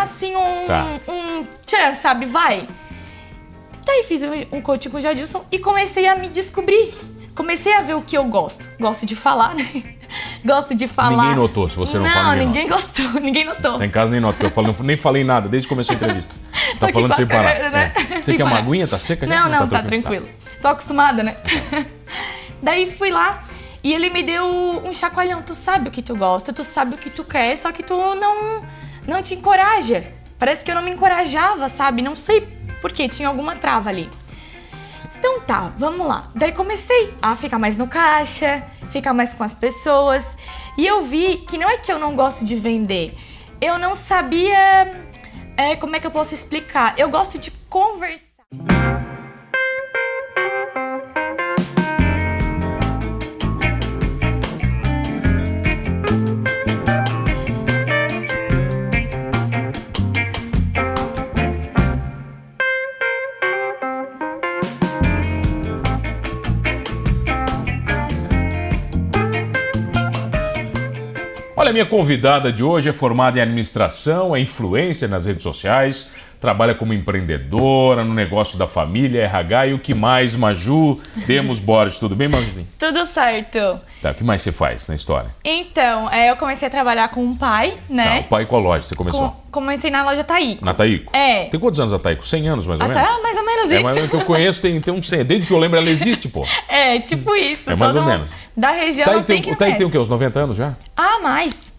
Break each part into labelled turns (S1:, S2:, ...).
S1: assim um,
S2: Tá.
S1: um tchan, sabe? Vai. Daí fiz um- um coaching com o Jadilson e comecei a me descobrir. Comecei a ver o que eu gosto. Gosto de falar, né? Gosto de falar.
S2: Ninguém notou, se você não fala, ninguém
S1: Não, ninguém gostou, ninguém notou.
S2: Tá em casa nem nota, que eu falo, nem falei nada desde que começou a entrevista.
S1: Tô
S2: Tá
S1: aqui
S2: falando
S1: com a
S2: sem parar.
S1: câmera, né?
S2: É. Você
S1: Sem
S2: quer uma
S1: parar.
S2: aguinha? Tá seca? já?
S1: Não, não, tá, tranquilo. Tô acostumada, né? Daí fui lá e ele me deu um chacoalhão. Tu sabe o que tu gosta, tu sabe o que tu quer, só que tu não, não te encoraja. Parece que eu não me encorajava, sabe? Não sei por quê, tinha alguma trava ali. Então tá, vamos lá. Daí comecei a ficar mais no caixa, ficar mais com as pessoas. E eu vi que não é que eu não gosto de vender. Eu não sabia. é, como é que eu posso explicar? Eu gosto de conversar.
S2: Olha, minha convidada de hoje é formada em administração, é influencer nas redes sociais, trabalha como empreendedora no negócio da família, RH e o que mais, Maju? Demos Borges, tudo bem, Maju?
S1: Tudo certo.
S2: Tá, o que mais você faz na história?
S1: Então, é, eu comecei a trabalhar com um pai,
S2: Tá, o
S1: né?
S2: pai com a loja, você
S1: Com-
S2: começou.
S1: comecei na loja Taíco.
S2: Na Taíco?
S1: É.
S2: Tem quantos anos a Taíco? 100 anos, mais ou
S1: Até
S2: menos?
S1: mais ou menos
S2: É,
S1: isso.
S2: mas o que eu conheço tem, tem um 100. Desde que eu lembro, ela existe, pô.
S1: É, tipo isso.
S2: É mais
S1: todo
S2: ou
S1: mundo
S2: menos.
S1: Da região
S2: Taíco
S1: não tem,
S2: tem,
S1: que não
S2: Taíco tem um. o
S1: conhece.
S2: quê? Uns 90 anos já?
S1: Ah, mais.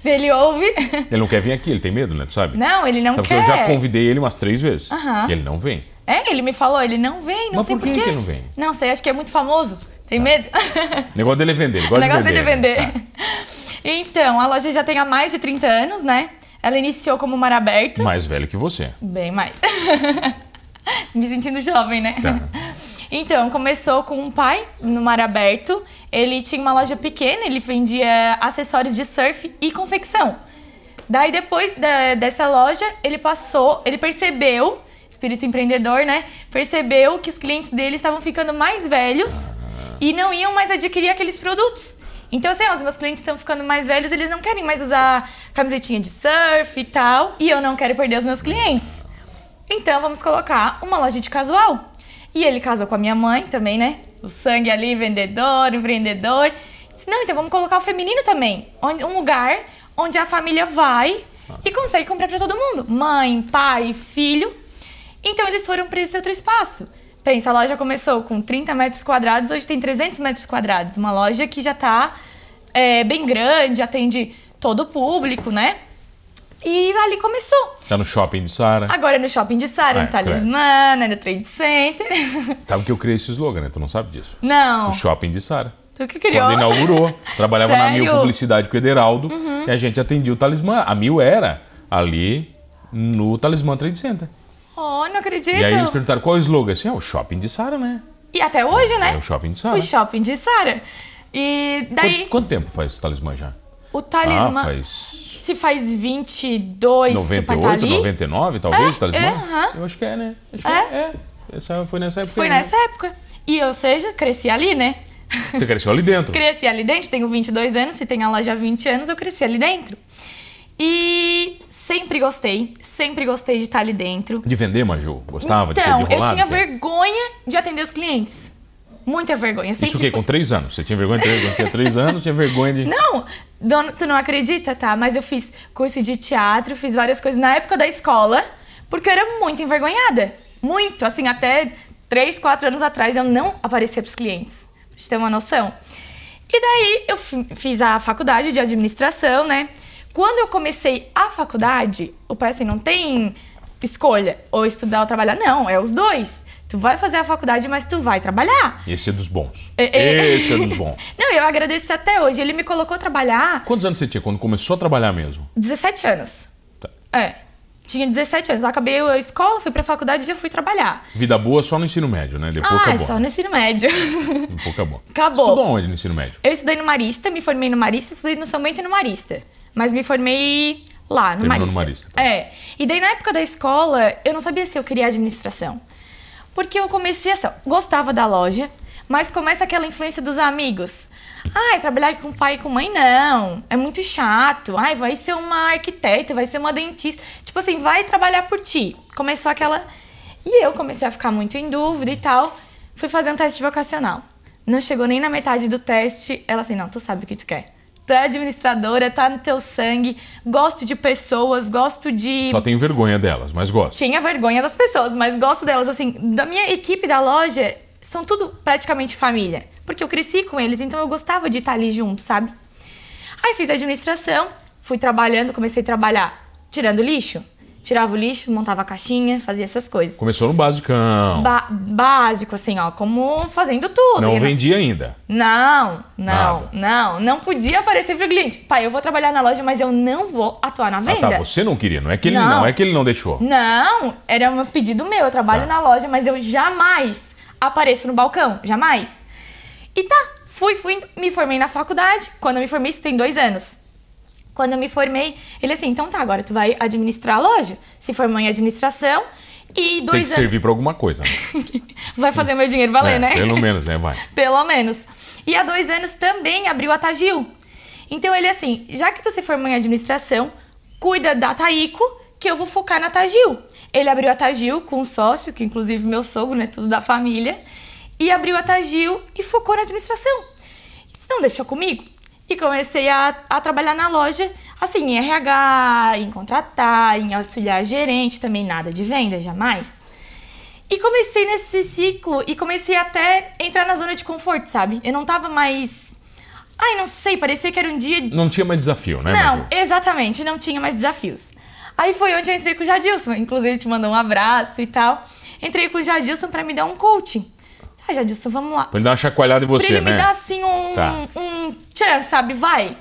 S1: Se ele ouve...
S2: Ele não quer vir aqui, ele tem medo, né? Tu sabe?
S1: Não, ele não
S2: Sabe que
S1: quer.
S2: eu já convidei ele umas três vezes.
S1: Aham.
S2: E ele não vem.
S1: É, ele me falou, ele não vem, não
S2: Mas
S1: sei
S2: por que
S1: quê.
S2: que não vem?
S1: Não sei, acho que é muito famoso. Tem medo?
S2: O negócio dele é vender. Ele
S1: O
S2: gosta
S1: negócio
S2: de
S1: dele é
S2: vender.
S1: vender.
S2: né?
S1: Então, a loja já tem há mais de 30 anos, né? Ela iniciou como mar aberto.
S2: Tá. Mais velho que você.
S1: Bem mais. Me sentindo jovem, né?
S2: Tá.
S1: Então, começou com um pai no mar aberto. Ele tinha uma loja pequena, ele vendia acessórios de surf e confecção. Daí, depois da- dessa loja, ele passou, ele percebeu, espírito empreendedor, né? Percebeu que os clientes dele estavam ficando mais velhos e não iam mais adquirir aqueles produtos. Então, assim, ó, os meus clientes estão ficando mais velhos, eles não querem mais usar camisetinha de surf e tal, e eu não quero perder os meus clientes. Então vamos colocar uma loja de casual. E ele casou com a minha mãe também, né? O sangue ali, vendedor, empreendedor. Disse, não, então vamos colocar o feminino também. Onde- Um lugar onde a família vai e consegue comprar pra todo mundo. Mãe, pai, filho. Então eles foram pra esse outro espaço. Pensa, a loja começou com 30 metros quadrados, hoje tem 300 metros quadrados. Uma loja que já tá é, bem grande, atende todo o público, né? E ali começou.
S2: Tá no shopping de Sara.
S1: Agora é no shopping de Sara,
S2: É,
S1: no Talismã, né, no Trade Center.
S2: Sabe que eu criei esse slogan, né? Tu não sabe disso.
S1: Não,
S2: No shopping de Sara.
S1: tu que criou.
S2: Quando inaugurou, trabalhava na
S1: Sério? Uhum.
S2: Mil Publicidade com o Ederaldo e a gente atendia o Talismã. A Mil era ali no Talismã Trade Center.
S1: Oh, não acredito.
S2: E aí eles perguntaram qual é o slogan. Assim, é o shopping de Sara, né?
S1: E até hoje, né?
S2: É o shopping de Sara.
S1: O shopping de Sara. E daí,
S2: Quanto, quanto tempo faz o Talismã já?
S1: o tá Talismã,
S2: Ah, faz
S1: se faz 22 que o pai tá
S2: 98,
S1: ali,
S2: 99, talvez,
S1: É,
S2: o Talismã?
S1: é, aham.
S2: Eu acho que é, né? Acho que
S1: É.
S2: é. Essa, foi nessa época.
S1: foi
S2: aí, né?
S1: nessa época. E, ou seja, cresci ali, né?
S2: Você cresceu ali dentro.
S1: cresci ali dentro, tenho 22 anos, se tem a loja há 20 anos, eu cresci ali dentro. E sempre gostei, sempre gostei de estar ali dentro.
S2: De vender, Maju? Gostava de
S1: então,
S2: pedir
S1: eu
S2: rolado?
S1: tinha
S2: Quer?
S1: vergonha de atender os clientes. Muita vergonha. Sempre
S2: Isso o quê?
S1: fui-
S2: Com três anos? Você tinha vergonha de três anos? Tinha três anos, tinha vergonha de...
S1: Não, dona- tu não acredita, tá? Mas eu fiz curso de teatro, fiz várias coisas na época da escola, porque eu era muito envergonhada. Muito, assim, até três, quatro anos atrás eu não aparecia pros clientes, pra te ter uma noção. E daí eu fi- fiz a faculdade de administração, né? Quando eu comecei a faculdade, o pai assim, não tem escolha, ou estudar ou trabalhar. Não, é os dois. Tu vai fazer a faculdade, mas tu vai trabalhar.
S2: Esse é dos bons.
S1: É, é.
S2: Esse é dos bons.
S1: Não, eu agradeço até hoje. Ele me colocou a trabalhar
S2: Quantos anos você tinha quando começou a trabalhar mesmo?
S1: 17 anos.
S2: Tá.
S1: É. Tinha 17 anos. Eu acabei a escola, fui pra faculdade e já fui trabalhar.
S2: Vida boa só no ensino médio, né? Depois
S1: ah, é
S2: acabou.
S1: só no ensino médio.
S2: Depois acabou.
S1: Acabou.
S2: Estudou onde no ensino médio?
S1: Eu estudei no Marista, me formei no Marista, estudei no São Bento e no Marista. Mas me formei lá, no Marista.
S2: Terminou no Marista, tá.
S1: É. E daí, na época da escola, eu não sabia se eu queria administração. Porque eu comecei assim, ó, gostava da loja, Mas começa aquela influência dos amigos. Ai, trabalhar com pai e com mãe não. É muito chato. Ai, vai ser uma arquiteta, vai ser uma dentista. Tipo assim, vai trabalhar por ti. Começou aquela. E eu comecei a ficar muito em dúvida e tal. Fui fazer um teste vocacional. Não chegou nem na metade do teste. Ela assim, não, tu sabe o que tu quer. Tu é administradora, tá no teu sangue, gosto de pessoas, gosto de.
S2: Só tenho vergonha delas, mas gosto.
S1: Tinha vergonha das pessoas, mas gosto delas. Assim, da minha equipe da loja, são tudo praticamente família. Porque eu cresci com eles, então eu gostava de estar ali junto, sabe? Aí fiz administração, fui trabalhando, comecei a trabalhar tirando lixo. Tirava o lixo, montava a caixinha, fazia essas coisas.
S2: Começou no basicão.
S1: Ba- básico, assim, ó, como fazendo tudo.
S2: não
S1: E
S2: vendi ainda.
S1: Não, não,
S2: Nada.
S1: não. Não podia aparecer pro cliente. Pai, eu vou trabalhar na loja, mas eu não vou atuar na
S2: Ah,
S1: venda.
S2: tá, você não queria. Não é que ele não,
S1: Não.
S2: é que ele não deixou.
S1: Não, era um pedido meu. Eu trabalho
S2: Tá.
S1: na loja, mas eu jamais apareço no balcão. Jamais. E tá, fui, fui, me formei na faculdade. Quando eu me formei, isso tem dois anos. Quando eu me formei, ele assim, então tá, agora tu vai administrar a loja. Se formou em administração e
S2: Tem que
S1: dois anos.
S2: servir pra alguma coisa. né?
S1: Vai fazer meu dinheiro valer,
S2: É,
S1: né?
S2: Pelo menos, né? Vai.
S1: Pelo menos. E há dois anos também abriu a Tagil. Então ele assim, já que tu se formou em administração, cuida da Taico, que eu vou focar na Tagil. Ele abriu a Tagil com um sócio, que inclusive meu sogro, né, tudo da família, e abriu a Tagil e focou na administração. Disse, não, deixa comigo. E comecei a, a trabalhar na loja, assim, em RH, em contratar, em auxiliar gerente, também nada de venda, jamais. E comecei nesse ciclo e comecei até entrar na zona de conforto, sabe? Eu não tava mais. Ai, não sei, parecia que era um dia.
S2: Não tinha mais desafio, né,
S1: não,
S2: Maju?
S1: exatamente, não tinha mais desafios. Aí foi onde eu entrei com o Jadilson, inclusive ele te mandou um abraço e tal. Entrei com o Jadilson pra me dar um coaching. Tá, Jadilson, vamos lá.
S2: Pra ele dar uma chacoalhada em
S1: Pra
S2: você,
S1: ele me
S2: né?
S1: dar assim um,
S2: Tá.
S1: um tchan, sabe? Vai.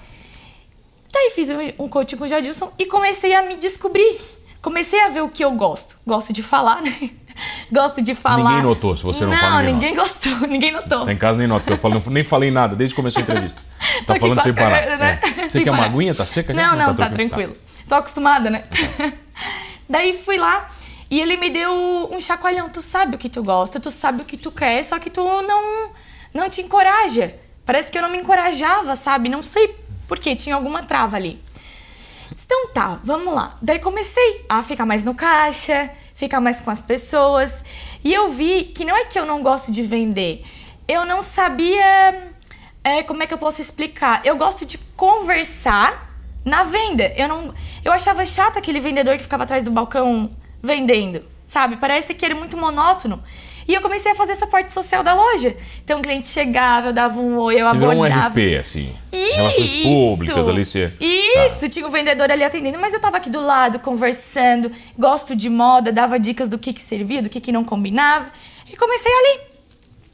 S1: Daí fiz um, um coaching com o Jadilson e comecei a me descobrir. Comecei a ver o que eu gosto. Gosto de falar, né? Gosto de falar.
S2: Ninguém notou, se você não
S1: não
S2: fala, ninguém
S1: ninguém, gostou, ninguém notou.
S2: Tá em casa nem nota, que eu falo, nem falei nada desde que começou a entrevista.
S1: Tô
S2: Tá
S1: aqui
S2: falando
S1: com a
S2: sem
S1: cara,
S2: parar.
S1: né?
S2: É. Você
S1: Sem
S2: quer uma
S1: parar.
S2: aguinha? Tá seca? já?
S1: Não, não, tá, tranquilo. Tô acostumada, né? Daí fui lá e ele me deu um chacoalhão. Tu sabe o que tu gosta, tu sabe o que tu quer, só que tu não, não te encoraja. Parece que eu não me encorajava, sabe? Não sei por quê, tinha alguma trava ali. Então tá, vamos lá. Daí comecei a ficar mais no caixa, ficar mais com as pessoas. E eu vi que não é que eu não gosto de vender. Eu não sabia. é, como é que eu posso explicar? Eu gosto de conversar na venda. Eu não. Eu achava chato aquele vendedor que ficava atrás do balcão vendendo. Sabe? Parece que era muito monótono. E eu comecei a fazer essa parte social da loja. Então o cliente chegava, eu dava um oi, eu
S2: Você virou um
S1: abordava.
S2: RP, assim. Relações públicas ali, você. Tá.
S1: Isso, tinha o vendedor ali atendendo, mas eu tava aqui do lado, conversando, gosto de moda, dava dicas do que que servia, do que que não combinava. E comecei ali.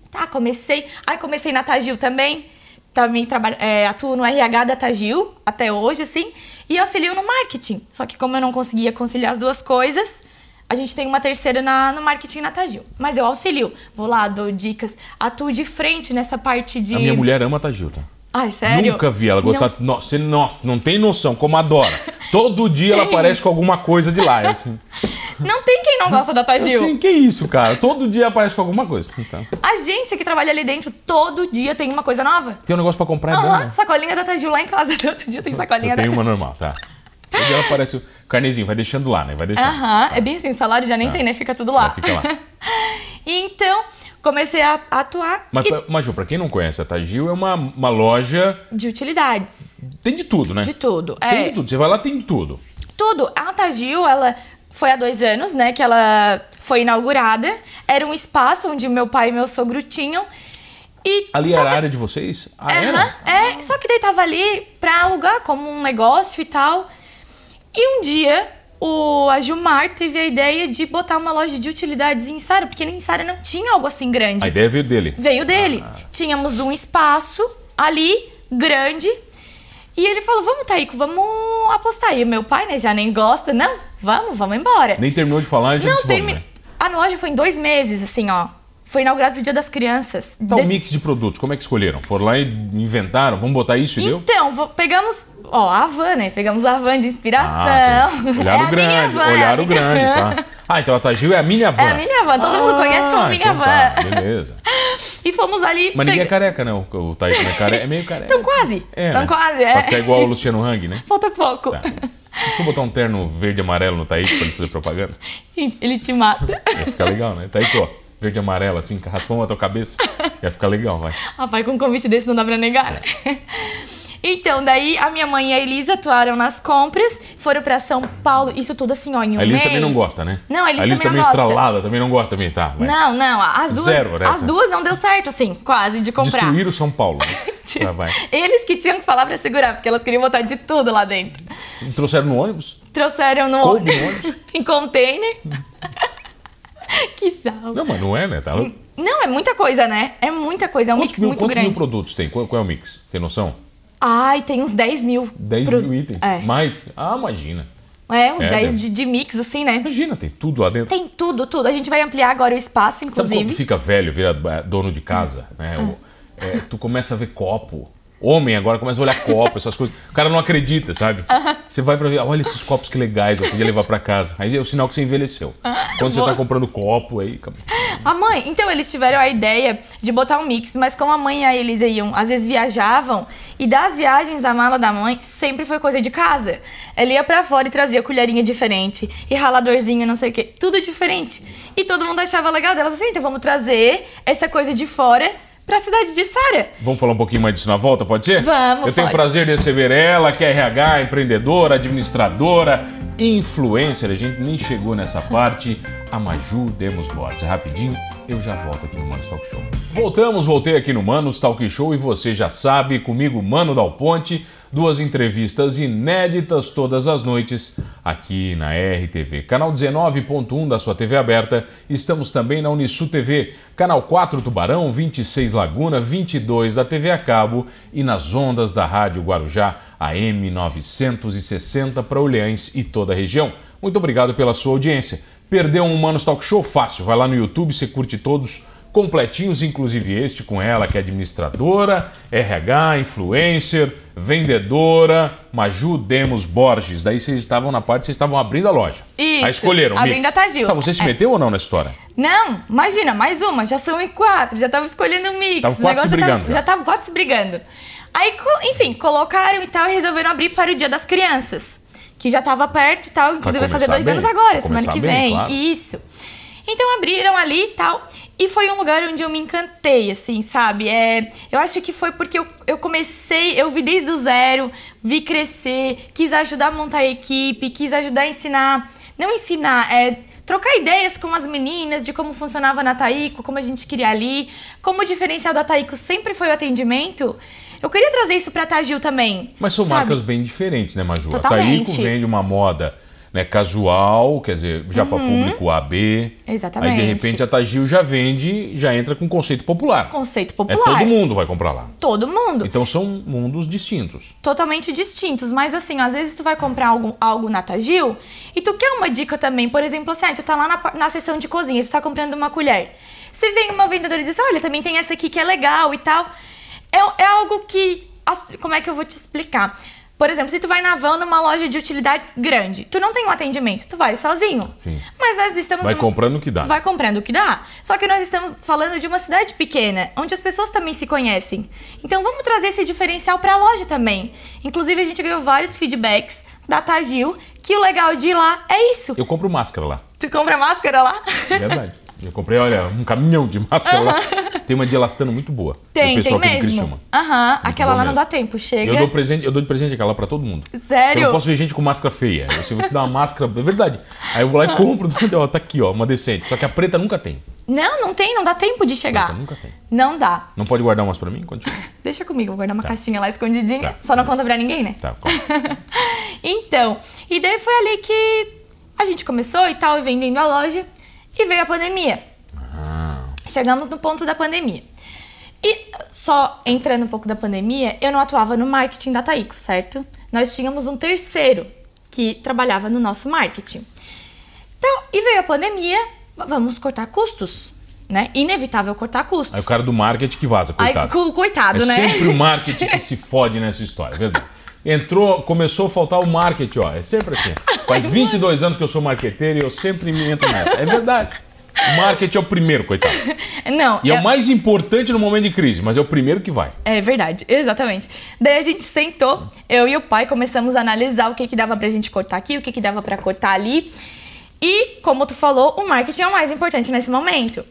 S1: Tá, comecei. Aí comecei na Tagil também. Também trabalho, é, atuo no RH da Tagil até hoje, assim. E auxilio no marketing. Só que como eu não conseguia conciliar as duas coisas, a gente tem uma terceira na, no marketing na Tagil. Mas eu auxilio. Vou lá, dou dicas, atuo de frente nessa parte de.
S2: A minha mulher ama a Gil, tá?
S1: Ai, sério?
S2: Nunca vi ela
S1: Não
S2: gostar. Nossa, você não, não tem noção como adora. Todo dia ela aparece com alguma coisa de lá. Eu, assim,
S1: Não tem quem não gosta da
S2: eu,
S1: Tagil.
S2: assim, que isso, cara? Todo dia aparece com alguma coisa. Então,
S1: A gente que trabalha ali dentro, todo dia tem uma coisa nova.
S2: tem um negócio pra comprar é bom,
S1: Aham,
S2: né?
S1: sacolinha da Tagil lá em casa. Todo dia tem sacolinha
S2: Eu tenho
S1: da
S2: uma normal, tá? Todo dia ela aparece. o Carnezinho, vai deixando lá, né? Vai deixando.
S1: Aham, é bem assim, o salário já nem tem, né? Fica tudo lá.
S2: Vai, Ah. fica lá.
S1: então, comecei a atuar
S2: Mas,
S1: e-
S2: pra- mas, Ju, pra quem não conhece, a Tagil é uma, uma loja.
S1: de utilidades,
S2: Tem de tudo, né?
S1: de tudo. É,
S2: Tem de tudo. Você vai lá, tem de tudo.
S1: Tudo. A Tagil, ela foi há dois anos, né? Que ela foi inaugurada. Era um espaço onde meu pai e meu sogro tinham. E
S2: Ali é era a área de vocês? Ah,
S1: Tá Aham,
S2: era?
S1: é, só que daí tava ali pra alugar como um negócio e tal. E um dia o, a Gilmar teve a ideia de botar uma loja de utilidades em Sara, porque em Sara não tinha algo assim grande.
S2: A ideia veio dele.
S1: Veio dele.
S2: Ah.
S1: Tínhamos um espaço ali, grande. E ele falou: vamos, Taíco, vamos apostar. E meu pai, né, já nem gosta. Não, vamos, vamos embora.
S2: Nem terminou de falar, já
S1: não,
S2: disse, vamos,
S1: termi-
S2: né?
S1: A loja foi em dois meses, assim, ó. Foi inaugurado pro Dia das Crianças.
S2: Tá um
S1: Desse-
S2: mix de produtos, como é que escolheram? Foram lá e inventaram, vamos botar isso e deu?
S1: Então, vo- pegamos, ó, a van, né? Pegamos a van de inspiração.
S2: Ah, tem-
S1: é
S2: olharam
S1: a minha
S2: grande,
S1: van.
S2: olharam grande, tá? Ah, então a Tagil é a minha van.
S1: É a minha van, todo mundo conhece como minha
S2: então tá,
S1: van.
S2: beleza.
S1: E fomos ali.
S2: Mas ninguém é
S1: pega-
S2: careca, né? O, o Taíto não é careca. É meio careca.
S1: Então quase.
S2: É,
S1: então
S2: né?
S1: quase, é.
S2: Pra ficar igual o Luciano Hang, né?
S1: Falta pouco.
S2: Tá. Deixa eu botar um terno verde e amarelo no Taíto pra ele fazer propaganda.
S1: Gente, ele te mata.
S2: Ia ficar legal, né? Taíto, ó, verde e amarelo, assim, raspão a tua cabeça. Ia ficar legal, vai.
S1: Rapaz, com um convite desse não dá pra negar, né?
S2: É.
S1: Então, daí a minha mãe e a Elisa atuaram nas compras, foram pra São Paulo, isso tudo assim, ó, em um
S2: A Elis
S1: mês.
S2: também não gosta, né?
S1: Não, a Elis,
S2: também
S1: também não gosta.
S2: estralada, também não gosta também, tá? Vai.
S1: Não, não, as duas,
S2: Zero né? dessa.
S1: as duas não deu certo, assim, quase, de comprar.
S2: Destruir o São Paulo. Né? Tá, vai.
S1: Eles que tinham que falar pra segurar, porque elas queriam botar de tudo lá dentro.
S2: Trouxeram no ônibus?
S1: Trouxeram no
S2: Coube no
S1: em container. que sal.
S2: Hum. Não, mas não é, né? Tá louco?
S1: Não, é muita coisa, né? É muita coisa, é um
S2: Quantos,
S1: mix
S2: mil,
S1: muito
S2: quantos mil
S1: grande.
S2: produtos tem? Qual, qual é o mix? Tem noção?
S1: Ai, tem uns 10 mil.
S2: 10
S1: pro-
S2: mil itens.
S1: É.
S2: Mais? Ah, imagina.
S1: É, uns
S2: É,
S1: 10
S2: deve.
S1: de, de mix, assim, né?
S2: Imagina, tem tudo lá dentro.
S1: Tem tudo, tudo. A gente vai ampliar agora o espaço,
S2: Sabe quando
S1: inclusive. É.
S2: fica velho, vira eh, dono de casa, né? O- eh, tu começa a ver copo. Homem agora começa a olhar copo, essas coisas. O cara não acredita, sabe? Você vai pra ver, "Ah, olha esses copos que legais, eu podia levar pra casa. Aí é o sinal que você envelheceu. Quando você
S1: Ah, boa.
S2: tá comprando copo, aí. acabou.
S1: A mãe, então eles tiveram a ideia de botar um mix, mas como a mãe e a Elisa iam, às vezes viajavam, e das viagens a mala da mãe sempre foi coisa de casa. Ela ia pra fora e trazia colherinha diferente, e raladorzinho, não sei o quê, tudo diferente. E todo mundo achava legal delas assim, então vamos trazer essa coisa de fora pra cidade de Sara.
S2: Vamos falar um pouquinho mais disso na volta, pode ser?
S1: Vamos,
S2: Eu tenho o
S1: pode.
S2: prazer de receber ela, que é RH, empreendedora, administradora, influencer. A gente nem chegou nessa parte. A Maju Demos Borges. É Rapidinho, eu já volto aqui no Manos Talk Show. Voltamos, voltei aqui no Manos Talk Show e você já sabe, comigo, Mano Dal Ponte, duas entrevistas inéditas todas as noites aqui na RTV. Canal 19.1 da sua TV aberta. Estamos também na Unisu TV, canal 4 Tubarão, 26 Laguna, 22 da TV a cabo e nas ondas da Rádio Guarujá AM 960 para Orleans e toda a região. Muito obrigado pela sua audiência. Perdeu um Manos Talk Show fácil? Vai lá no YouTube, você curte todos completinhos, inclusive este com ela, que é administradora, RH, influencer, vendedora, Maju Demos Borges. Daí vocês estavam na parte, vocês estavam abrindo a loja.
S1: Isso,
S2: Aí escolheram. o
S1: abrindo
S2: mix.
S1: a Tagil.
S2: Tá, você se
S1: É.
S2: meteu ou não na história?
S1: Não, imagina, mais uma, já são em quatro, já tava escolhendo o mix.
S2: Tava
S1: o
S2: quatro se
S1: já tava-
S2: brigando, já.
S1: Já tava quatro se brigando. Aí, co- enfim, colocaram e tal e resolveram abrir para o Dia das Crianças, que já tava perto e tal, inclusive vai fazer
S2: começar
S1: dois
S2: bem,
S1: anos agora,
S2: vai
S1: semana
S2: começar
S1: que
S2: bem,
S1: vem.
S2: claro.
S1: Isso. Então abriram ali e tal, e foi um lugar onde eu me encantei, assim, sabe? É, eu acho que foi porque eu, eu comecei, eu vi desde o zero, vi crescer, quis ajudar a montar a equipe, quis ajudar a ensinar, não ensinar, é trocar ideias com as meninas de como funcionava na Taíco, como a gente queria ali, como o diferencial da Taíco sempre foi o atendimento. Eu queria trazer isso pra Tagil também.
S2: Mas são
S1: sabe?
S2: marcas bem diferentes, né, Maju? A
S1: Totalmente.
S2: Taíco vende uma moda né, casual, quer dizer, já para público AB. Aí,
S1: Uhum. Exatamente.
S2: de repente, a Tagil já vende, já entra com conceito popular.
S1: Conceito
S2: É
S1: popular.
S2: todo mundo vai comprar lá.
S1: Todo mundo.
S2: Então são mundos distintos.
S1: totalmente distintos. Mas assim, às vezes tu vai comprar algo, algo na Tagil e tu quer uma dica também. Por exemplo, assim, ah, tu tá lá na, pa- na sessão de cozinha, tu tá comprando uma colher. Se vem uma vendedora e diz, olha, também tem essa aqui que é legal e tal. É, é algo que. as- Como é que eu vou te explicar? Por exemplo, se tu vai na van numa loja de utilidades grande, tu não tem um atendimento, tu vai sozinho.
S2: Sim.
S1: Mas nós estamos
S2: Vai
S1: numa-
S2: comprando o que dá.
S1: Uhum. Vai comprando o que dá. Só que nós estamos falando de uma cidade pequena, onde as pessoas também se conhecem. Então vamos trazer esse diferencial para a loja também. Inclusive a gente ganhou vários feedbacks da Tagil, que o legal de ir lá é isso.
S2: Eu compro máscara lá.
S1: Tu compra máscara lá?
S2: É Verdade. Eu comprei, olha, um caminhão de máscara lá. Tem uma de elastano muito boa.
S1: Tem,
S2: do pessoal
S1: tem
S2: aqui de
S1: mesmo.
S2: Criciúma.
S1: Aham, aquela
S2: bom
S1: lá não
S2: mesmo.
S1: dá tempo, chega.
S2: Eu dou, presente, eu dou de presente aquela pra todo mundo.
S1: Sério?
S2: Eu não posso ver gente com máscara feia. Eu sei, vou te dar uma máscara. É verdade. Aí eu vou lá e compro. Ó, tá aqui, ó, uma decente. Só que a preta nunca tem.
S1: Não, não tem, não dá tempo de chegar.
S2: Nunca tem.
S1: Não dá.
S2: Não pode guardar umas pra mim? Continua.
S1: Deixa comigo, vou guardar uma caixinha lá escondidinha.
S2: Tá.
S1: Só não conta pra ninguém, né?
S2: Tá, corta.
S1: então, e daí foi ali que a gente começou e tal, e vendendo a loja, e veio a pandemia.
S2: Ah.
S1: Chegamos no ponto da pandemia. E só entrando um pouco da pandemia, eu não atuava no marketing da Taíco, certo? Nós tínhamos um terceiro que trabalhava no nosso marketing. Então, e veio a pandemia, vamos cortar custos, né? Inevitável cortar custos.
S2: Aí o cara do marketing que vaza,
S1: Ai,
S2: coitado.
S1: cu- coitado,
S2: É
S1: né?
S2: sempre o marketing que se fode nessa história, é verdade. Entrou, começou a faltar o marketing, ó. É sempre assim. Faz 22 anos que eu sou marqueteiro e eu sempre me entro nessa. É verdade. Marketing é o primeiro, coitado.
S1: Não.
S2: E é,
S1: é-
S2: o mais importante no momento de crise, mas é o primeiro que vai.
S1: É verdade, exatamente. Daí a gente sentou, eu e o pai começamos a analisar o que, que dava pra gente cortar aqui, o que, que dava pra cortar ali. E, como tu falou, o marketing é o mais importante nesse momento.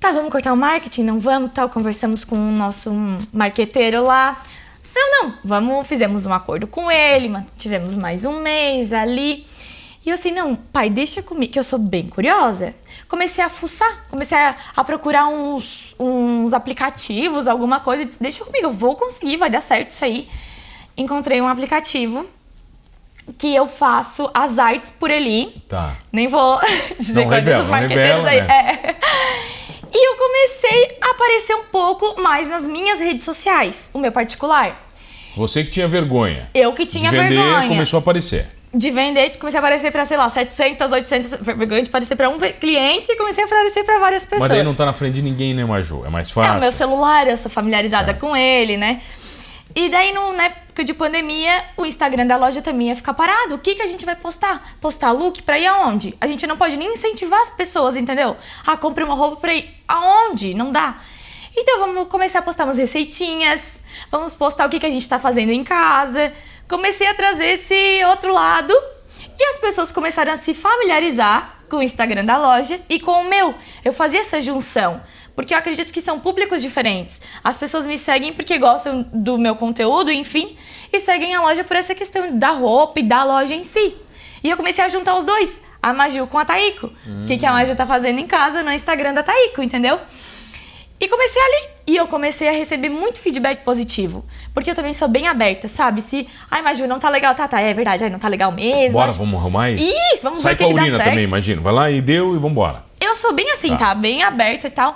S1: Tá, vamos cortar o marketing? Não vamos, tal. Conversamos com o nosso marqueteiro lá. Não, não, vamos, fizemos um acordo com ele, tivemos mais um mês ali. E eu assim, não, pai, deixa comigo, que eu sou bem curiosa. Comecei a fuçar, comecei a, a procurar uns, uns aplicativos, alguma coisa. Disse, deixa comigo, eu vou conseguir, vai dar certo isso aí. Encontrei um aplicativo que eu faço as artes por ali.
S2: Tá.
S1: Nem vou dizer
S2: Não
S1: quais
S2: revela,
S1: os
S2: não
S1: marqueteiros
S2: revela,
S1: aí.
S2: né?
S1: É. E eu comecei a aparecer um pouco mais nas minhas redes sociais, o meu particular.
S2: Você que tinha vergonha.
S1: Eu que tinha
S2: de vender
S1: vergonha
S2: começou a aparecer.
S1: de vender, comecei a aparecer pra, sei lá, 700, 800, ver- vergonha de aparecer pra um ve- cliente e comecei a aparecer pra várias pessoas.
S2: Mas daí não tá na frente de ninguém, né, Maju? É mais
S1: É o
S2: fácil.
S1: meu celular, eu sou familiarizada com ele, né? E daí, no, na época de pandemia, o Instagram da loja também ia ficar parado. O que, que a gente vai postar? Postar look pra ir aonde? A gente não pode nem incentivar as pessoas, entendeu? Ah, compre uma roupa pra ir aonde? Não dá. Então vamos começar a postar umas receitinhas, vamos postar o que, que a gente tá fazendo em casa. Comecei a trazer esse outro lado e as pessoas começaram a se familiarizar com o Instagram da loja e com o meu. Eu fazia essa junção, porque eu acredito que são públicos diferentes. As pessoas me seguem porque gostam do meu conteúdo, enfim, e seguem a loja por essa questão da roupa e da loja em si. E eu comecei a juntar os dois, a Maju com a Taiko. O que, que a Maju tá fazendo em casa no Instagram da Taiko, entendeu? E comecei ali. E eu comecei a receber muito feedback positivo. Porque eu também sou bem aberta, sabe? Se, ai, Maju, não tá legal, tá, tá, é verdade, ai, não tá legal mesmo.
S2: Bora,
S1: acho-
S2: vamos arrumar isso.
S1: Isso, vamos ver
S2: Sai
S1: o que,
S2: com a
S1: que dá
S2: urina
S1: certo.
S2: também, imagina. Vai lá e deu e vambora.
S1: Eu sou bem assim, tá? Bem aberta e tal.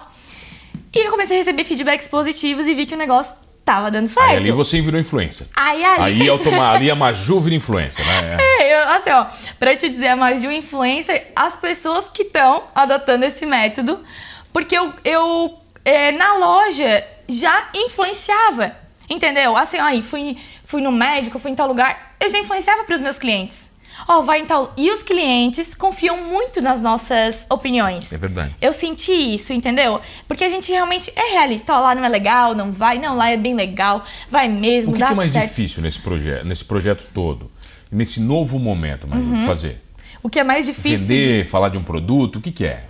S1: E eu comecei a receber feedbacks positivos e vi que o negócio tava dando certo.
S2: Aí ali você virou influencer.
S1: Aí, ali.
S2: Aí, é automa... ali a Maju vira influencer, né? É.
S1: É, eu- assim, ó, pra te dizer, a Maju Influencer, as pessoas que estão adotando esse método, porque eu, eu é, na loja já influenciava, entendeu? Assim, ó, aí fui, fui no médico, fui em tal lugar, eu já influenciava pros meus clientes. Ó, vai em tal. E os clientes confiam muito nas nossas opiniões.
S2: É verdade.
S1: Eu senti isso, entendeu? Porque a gente realmente é realista. Ó, lá não é legal, não vai, não, lá é bem legal, vai mesmo,
S2: O que,
S1: dá
S2: que é mais
S1: certo.
S2: difícil nesse projeto, nesse projeto todo? Nesse novo momento, Maju, fazer?
S1: O que é mais Uhum. difícil? de-
S2: Vender, falar de um produto, o que, que é?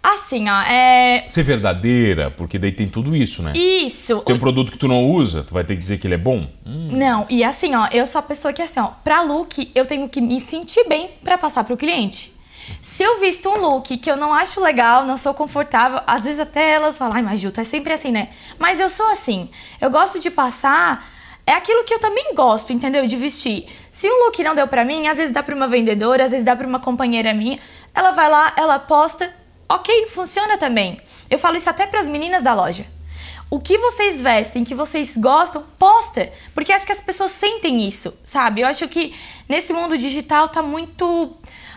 S1: Assim, ó, é.
S2: Ser verdadeira, porque daí tem tudo isso, né?
S1: Isso.
S2: Se tem um produto que tu não usa, tu vai ter que dizer que ele é bom? Hum,
S1: Não, e assim, ó, eu sou a pessoa que, assim, ó, pra look, eu tenho que me sentir bem pra passar pro cliente. Se eu visto um look que eu não acho legal, não sou confortável, às vezes até elas falam, ai, mas Ju, tu é sempre assim, né? Mas eu sou assim. Eu gosto de passar. É aquilo que eu também gosto, entendeu? De vestir. Se um look não deu pra mim, às vezes dá pra uma vendedora, às vezes dá pra uma companheira minha. Ela vai lá, ela posta. Ok, funciona também. Eu falo isso até pras meninas da loja. O que vocês vestem, que vocês gostam, posta. Porque acho que as pessoas sentem isso, sabe? Eu acho que nesse mundo digital tá muito.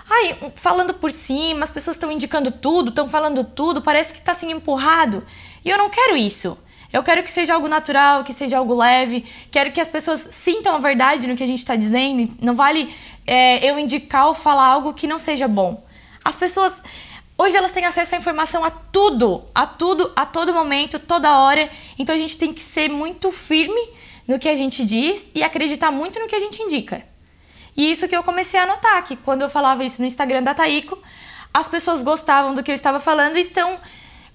S1: Ai, um- falando por cima, as pessoas estão indicando tudo, estão falando tudo, parece que tá assim empurrado. E eu não quero isso. Eu quero que seja algo natural, que seja algo leve. Quero que as pessoas sintam a verdade no que a gente tá dizendo. Não vale é, eu indicar ou falar algo que não seja bom. As pessoas. Hoje elas têm acesso à informação a tudo, a tudo, a todo momento, toda hora. Então a gente tem que ser muito firme no que a gente diz e acreditar muito no que a gente indica. E isso que eu comecei a notar, que quando eu falava isso no Instagram da Taiko, as pessoas gostavam do que eu estava falando e estão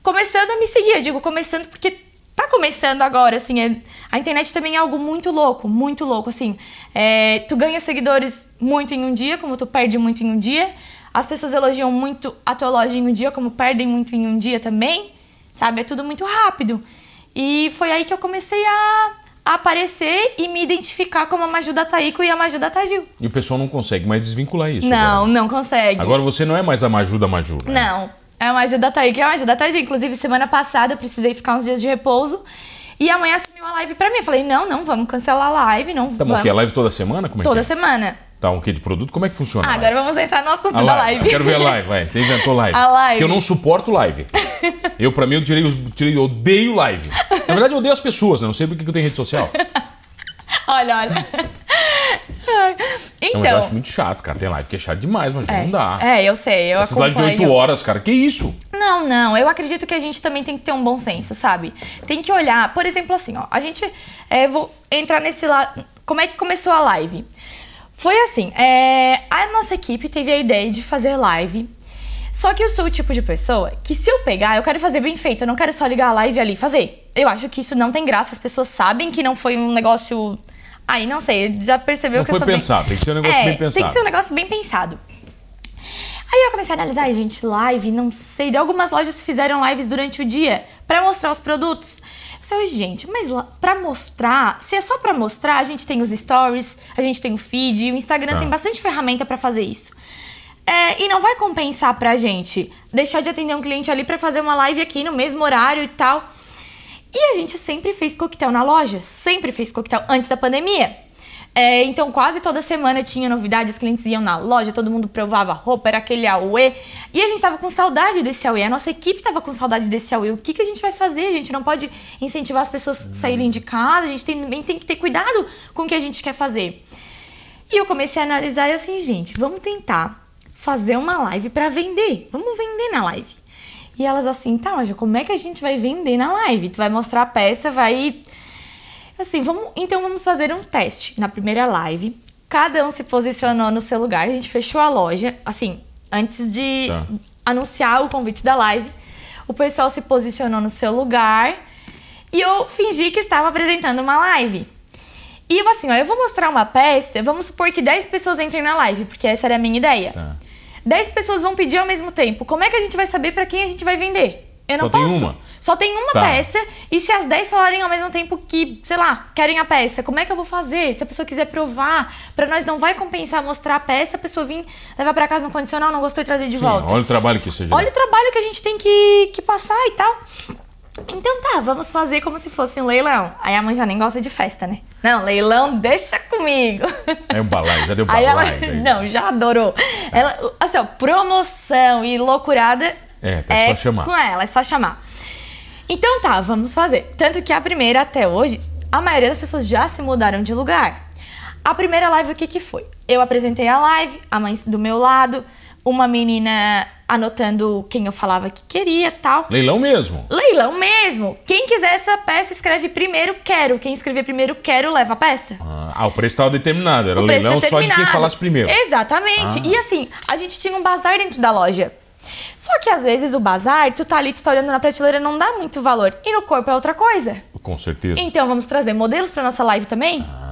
S1: começando a me seguir. Eu digo começando porque tá começando agora, assim. é- a internet também é algo muito louco, muito louco, assim. É, tu ganha seguidores muito em um dia, como tu perde muito em um dia. As pessoas elogiam muito a tua loja em um dia, como perdem muito em um dia também. Sabe? É tudo muito rápido. E foi aí que eu comecei a a aparecer e me identificar como a Maju da Taiko e a Maju da Tagil.
S2: E o pessoal não consegue mais desvincular isso. né?
S1: Não,
S2: Agora.
S1: não consegue.
S2: Agora você não é mais a Maju da Maju. Né?
S1: Não. É uma ajuda tá aí, que é uma ajuda tá aí. Inclusive, semana passada eu precisei ficar uns dias de repouso. E amanhã assumiu a live pra mim. Eu falei, não, não, vamos cancelar a live, não
S2: Tá bom,
S1: vamos.
S2: que é live toda semana? Como é
S1: Toda
S2: que é?
S1: semana.
S2: Tá, um quê de produto? Como é que funciona?
S1: Ah,
S2: a live?
S1: agora vamos entrar no assunto da
S2: A live.
S1: live.
S2: Ah, Eu quero ver a live, vai. Você inventou live.
S1: A live.
S2: Porque eu não suporto live. Eu, pra mim, eu tirei, os- tirei eu odeio live. Na verdade, eu odeio as pessoas, né? Não sei por que que eu tenho rede social.
S1: Olha, olha. Ai.
S2: Não, mas eu
S1: Então.
S2: acho muito chato, cara. Tem live que é chato demais, mas
S1: é,
S2: não dá.
S1: É, eu sei, eu
S2: Essas lives
S1: acompanho.
S2: de 8 horas, cara. Que isso?
S1: Não, não. Eu acredito que a gente também tem que ter um bom senso, sabe? Tem que olhar, por exemplo, assim, ó. A gente. é, vou entrar nesse lado. Como é que começou a live? Foi assim: é, a nossa equipe teve a ideia de fazer live. Só que eu sou o tipo de pessoa que, se eu pegar, eu quero fazer bem feito. Eu não quero só ligar a live ali e fazer. Eu acho que isso não tem graça. As pessoas sabem que não foi um negócio. Aí, não sei, já percebeu
S2: Não
S1: que
S2: foi
S1: eu sou bem-
S2: pensado, tem que ser um negócio
S1: É,
S2: bem pensado.
S1: Tem que ser um negócio bem pensado. Aí eu comecei a analisar, ai, gente, live, não sei. Daí algumas lojas fizeram lives durante o dia pra mostrar os produtos. Eu falei, "Ai, gente, mas lá- pra mostrar, se é só pra mostrar, a gente tem os stories, a gente tem o feed, o Instagram
S2: Tá.
S1: tem bastante ferramenta pra fazer isso. É, e não vai compensar pra gente deixar de atender um cliente ali pra fazer uma live aqui no mesmo horário e tal. E a gente sempre fez coquetel na loja, sempre fez coquetel antes da pandemia. É, então, quase toda semana tinha novidade, os clientes iam na loja, todo mundo provava roupa, era aquele auê. E a gente tava com saudade desse auê, a nossa equipe tava com saudade desse auê. O que, que a gente vai fazer? A gente não pode incentivar as pessoas a saírem de casa, a gente tem- também tem que ter cuidado com o que a gente quer fazer. E eu comecei a analisar e eu assim, gente, vamos tentar fazer uma live pra vender. Vamos vender na live. E elas assim, tá, mas como é que a gente vai vender na live? Tu vai mostrar a peça, vai assim, vamos, então vamos fazer um teste na primeira live. Cada um se posicionou no seu lugar, a gente fechou a loja, assim, antes de
S2: Tá.
S1: anunciar o convite da live. O pessoal se posicionou no seu lugar e eu fingi que estava apresentando uma live. E eu assim, ó, eu vou mostrar uma peça, vamos supor que 10 pessoas entrem na live, porque essa era a minha ideia.
S2: Tá.
S1: 10 pessoas vão pedir ao mesmo tempo. Como é que a gente vai saber pra quem a gente vai vender? Eu não
S2: Só tem
S1: posso.
S2: uma?
S1: Só tem uma
S2: Tá.
S1: peça. E se as 10 falarem ao mesmo tempo que, sei lá, querem a peça, como é que eu vou fazer? Se a pessoa quiser provar, pra nós não vai compensar mostrar a peça, a pessoa vir levar pra casa no condicional, não gostou e trazer de
S2: Sim,
S1: volta.
S2: olha o trabalho que seja.
S1: Olha o trabalho que a gente tem que, que passar e tal. Então tá, vamos fazer como se fosse um leilão. Aí a mãe já nem gosta de festa, né? Não, leilão, deixa comigo.
S2: É um balaio, já deu
S1: Aí
S2: balaio.
S1: ela,
S2: daí.
S1: não, já adorou.
S2: Tá.
S1: Ela, assim, ó, promoção e loucurada.
S2: É, tá, é só chamar.
S1: Com ela, é só chamar. Então tá, vamos fazer. Tanto que a primeira até hoje, a maioria das pessoas já se mudaram de lugar. A primeira live, o que que foi? Eu apresentei a live, a mãe do meu lado, uma menina anotando quem eu falava que queria tal.
S2: Leilão mesmo.
S1: Leilão mesmo! Quem quiser essa peça, escreve primeiro, quero. Quem escrever primeiro, quero, leva a peça.
S2: Ah, o preço estava determinado. Era
S1: O preço
S2: leilão só de quem
S1: determinado.
S2: falasse primeiro.
S1: Exatamente.
S2: Ah.
S1: E assim, a gente tinha um bazar dentro da loja. Só que às vezes o bazar, tu tá ali, tu tá olhando na prateleira, não dá muito valor. E no corpo é outra coisa.
S2: Com certeza.
S1: Então vamos trazer modelos pra nossa live também?
S2: Ah.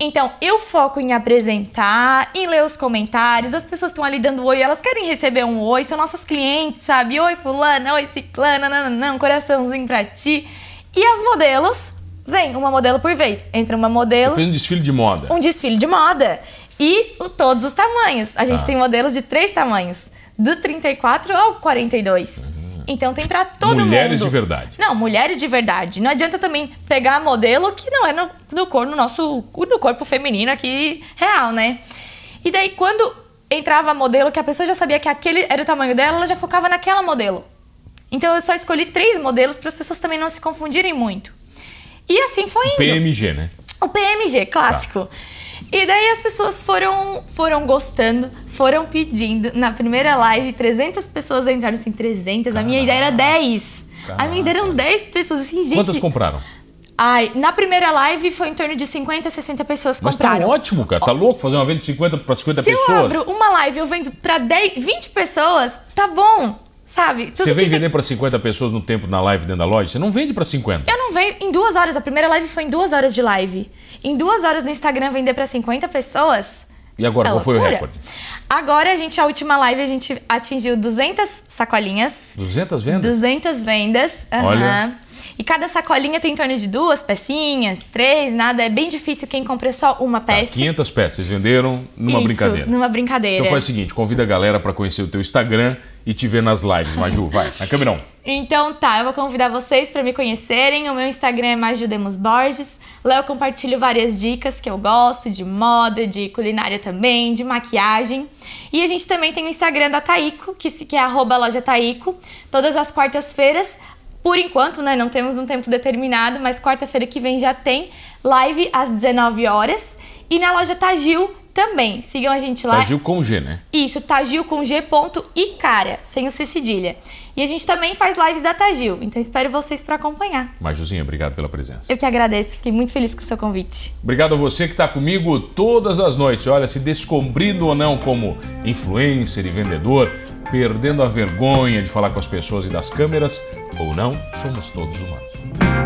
S1: Então, eu foco em apresentar, em ler os comentários. As pessoas estão ali dando oi, elas querem receber um oi, são nossas clientes, sabe? Oi, fulana, oi, ciclana, nananã, um coraçãozinho pra ti. E as modelos, vem, uma modelo por vez. Entra uma modelo
S2: Você fez um desfile de moda.
S1: um desfile de moda. E o- todos os tamanhos. A gente
S2: Tá.
S1: tem modelos de três tamanhos: do 34 ao 42. Então tem pra todo mundo.
S2: Uhum. Mulheres de verdade.
S1: Não, mulheres de verdade. Não adianta também pegar modelo que não é no, no, cor, no nosso no corpo feminino aqui real, né? E daí quando entrava modelo que a pessoa já sabia que aquele era o tamanho dela, ela já focava naquela modelo. Então eu só escolhi três modelos para as pessoas também não se confundirem muito. E assim foi indo.
S2: PMG, né?
S1: O PMG,
S2: Tá.
S1: clássico. E daí as pessoas foram, foram gostando, foram pedindo. Na primeira live, 300 pessoas entraram, assim, 300. A minha ideia era 10. A minha ideia eram 10 pessoas, assim, gente...
S2: Quantas compraram?
S1: Ai, na primeira live foi em torno de 50, 60 pessoas
S2: Mas tá
S1: compraram.
S2: ótimo, cara. Tá louco fazer uma venda de 50 para 50
S1: Se
S2: pessoas?
S1: eu abro uma live, eu vendo pra 10, 20 pessoas, tá bom, sabe? Tudo
S2: Você
S1: que
S2: vem
S1: tem-
S2: vender para 50 pessoas no tempo na live dentro da loja? Você não vende para 50.
S1: Eu não venho em duas horas. A primeira live foi em duas horas de live. Em duas horas no Instagram vender pra 50 pessoas.
S2: E agora,
S1: é
S2: qual foi o
S1: loucura.
S2: recorde?
S1: Agora a gente, a última live, a gente atingiu 200 sacolinhas,
S2: 200 vendas?
S1: 200 vendas. aham.
S2: Olha.
S1: E cada sacolinha tem em torno de duas pecinhas, três, nada. É bem difícil quem compra só uma
S2: Tá,
S1: peça.
S2: 500 peças. Vocês venderam numa
S1: Isso,
S2: brincadeira.
S1: Numa brincadeira.
S2: Então faz o seguinte, convida a galera para conhecer o teu Instagram e te ver nas lives, Maju. Vai, na câmera um.
S1: Então tá, eu vou convidar vocês para me conhecerem. O meu Instagram é Majudemos Borges. Lá eu compartilho várias dicas que eu gosto, de moda, de culinária também, de maquiagem. E a gente também tem o Instagram da Taiko, que, se- que é arroba loja Taiko, todas as quartas-feiras. Por enquanto, né, não temos um tempo determinado, mas quarta-feira que vem já tem live às 19 horas. E na loja Tagil também. Sigam a gente lá.
S2: Agil com G, né?
S1: Isso, Tagil com G ponto e cara, sem o C cedilha. E a gente também faz lives da Tagil, então espero vocês para acompanhar.
S2: Majuzinha, obrigado pela presença.
S1: Eu que agradeço, fiquei muito feliz com o seu convite.
S2: Obrigado a você que está comigo todas as noites. Olha, se descobrindo ou não como influencer e vendedor, perdendo a vergonha de falar com as pessoas e das câmeras, ou não, somos todos humanos.